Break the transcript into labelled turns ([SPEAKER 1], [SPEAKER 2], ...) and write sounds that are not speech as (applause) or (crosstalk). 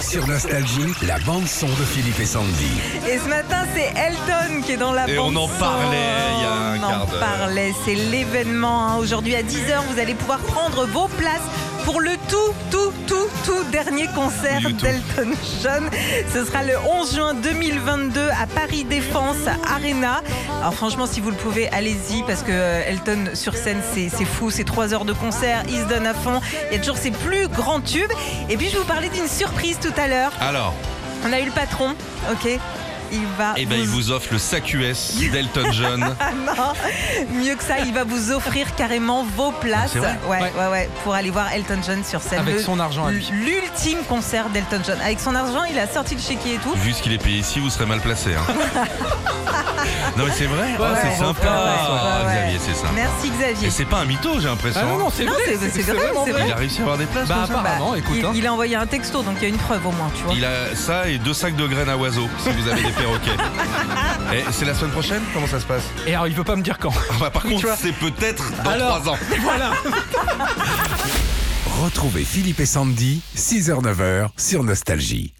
[SPEAKER 1] Sur Nostalgie, la bande-son de Philippe et Sandy.
[SPEAKER 2] Et ce matin, c'est Elton qui est dans la
[SPEAKER 3] Et on
[SPEAKER 2] bande
[SPEAKER 3] en
[SPEAKER 2] son.
[SPEAKER 3] parlait il y a un
[SPEAKER 2] On
[SPEAKER 3] quart
[SPEAKER 2] en
[SPEAKER 3] d'heure.
[SPEAKER 2] parlait, c'est l'événement. hein. Aujourd'hui à 10h, vous allez pouvoir prendre vos places pour le tout, tout, tout, tout dernier concert
[SPEAKER 3] YouTube.
[SPEAKER 2] d'Elton John. Ce sera le 11 juin 2022 à Paris Défense Arena. Alors franchement, si vous le pouvez, allez-y parce que euh, Elton sur scène, c'est c'est fou. C'est trois heures de concert, il se donne à fond. Il y a toujours ses plus grands tubes. Et puis, je vous parlais d'une surprise tout à l'heure.
[SPEAKER 3] Alors,
[SPEAKER 2] On a eu le patron, ok Il va.
[SPEAKER 3] eh ben, il vous offre le sac US d'Elton
[SPEAKER 4] (laughs)
[SPEAKER 3] John.
[SPEAKER 2] Ah non Mieux que ça, il va vous offrir carrément vos places.
[SPEAKER 3] Ah, C'est vrai
[SPEAKER 2] ouais,
[SPEAKER 4] Ouais.
[SPEAKER 2] ouais, ouais, pour aller voir Elton John sur scène.
[SPEAKER 4] Avec
[SPEAKER 2] Le-
[SPEAKER 4] son argent à lui.
[SPEAKER 2] L'ultime concert d'Elton John. Avec son argent, il a sorti le chéquier et tout.
[SPEAKER 3] Vu ce qu'il est payé ici, vous serez mal placé.
[SPEAKER 4] (laughs)
[SPEAKER 3] hein. non, mais c'est vrai. Ah, c'est
[SPEAKER 2] Ouais,
[SPEAKER 3] sympa. Ah,
[SPEAKER 2] ouais, ouais, ouais.
[SPEAKER 3] Xavier, c'est sympa.
[SPEAKER 2] Merci Xavier.
[SPEAKER 3] Et c'est pas un mytho, j'ai l'impression. hein.
[SPEAKER 4] Ah non, non, c'est
[SPEAKER 2] Non,
[SPEAKER 4] vrai,
[SPEAKER 2] c'est- c'est vrai,
[SPEAKER 4] vraiment
[SPEAKER 2] c'est
[SPEAKER 3] il a réussi à avoir des places.
[SPEAKER 4] Bah,
[SPEAKER 3] comme ça
[SPEAKER 4] apparemment, écoute,
[SPEAKER 2] il,
[SPEAKER 4] hein.
[SPEAKER 2] il a envoyé un texto, donc il y a une preuve au moins, tu vois.
[SPEAKER 3] Il a ça et deux sacs de graines à oiseaux, si vous avez des
[SPEAKER 4] (laughs)
[SPEAKER 3] perroquets. Et c'est la semaine prochaine Comment ça se passe
[SPEAKER 4] Et alors, il veut pas
[SPEAKER 2] (laughs)
[SPEAKER 4] me dire quand.
[SPEAKER 3] Ah bah, Par
[SPEAKER 4] Oui, tu
[SPEAKER 3] contre,
[SPEAKER 4] vois.
[SPEAKER 3] c'est peut-être dans
[SPEAKER 4] Alors.
[SPEAKER 3] trois ans.
[SPEAKER 4] voilà.
[SPEAKER 1] Retrouvez Philippe et Sandy, 6h-9h sur Nostalgie.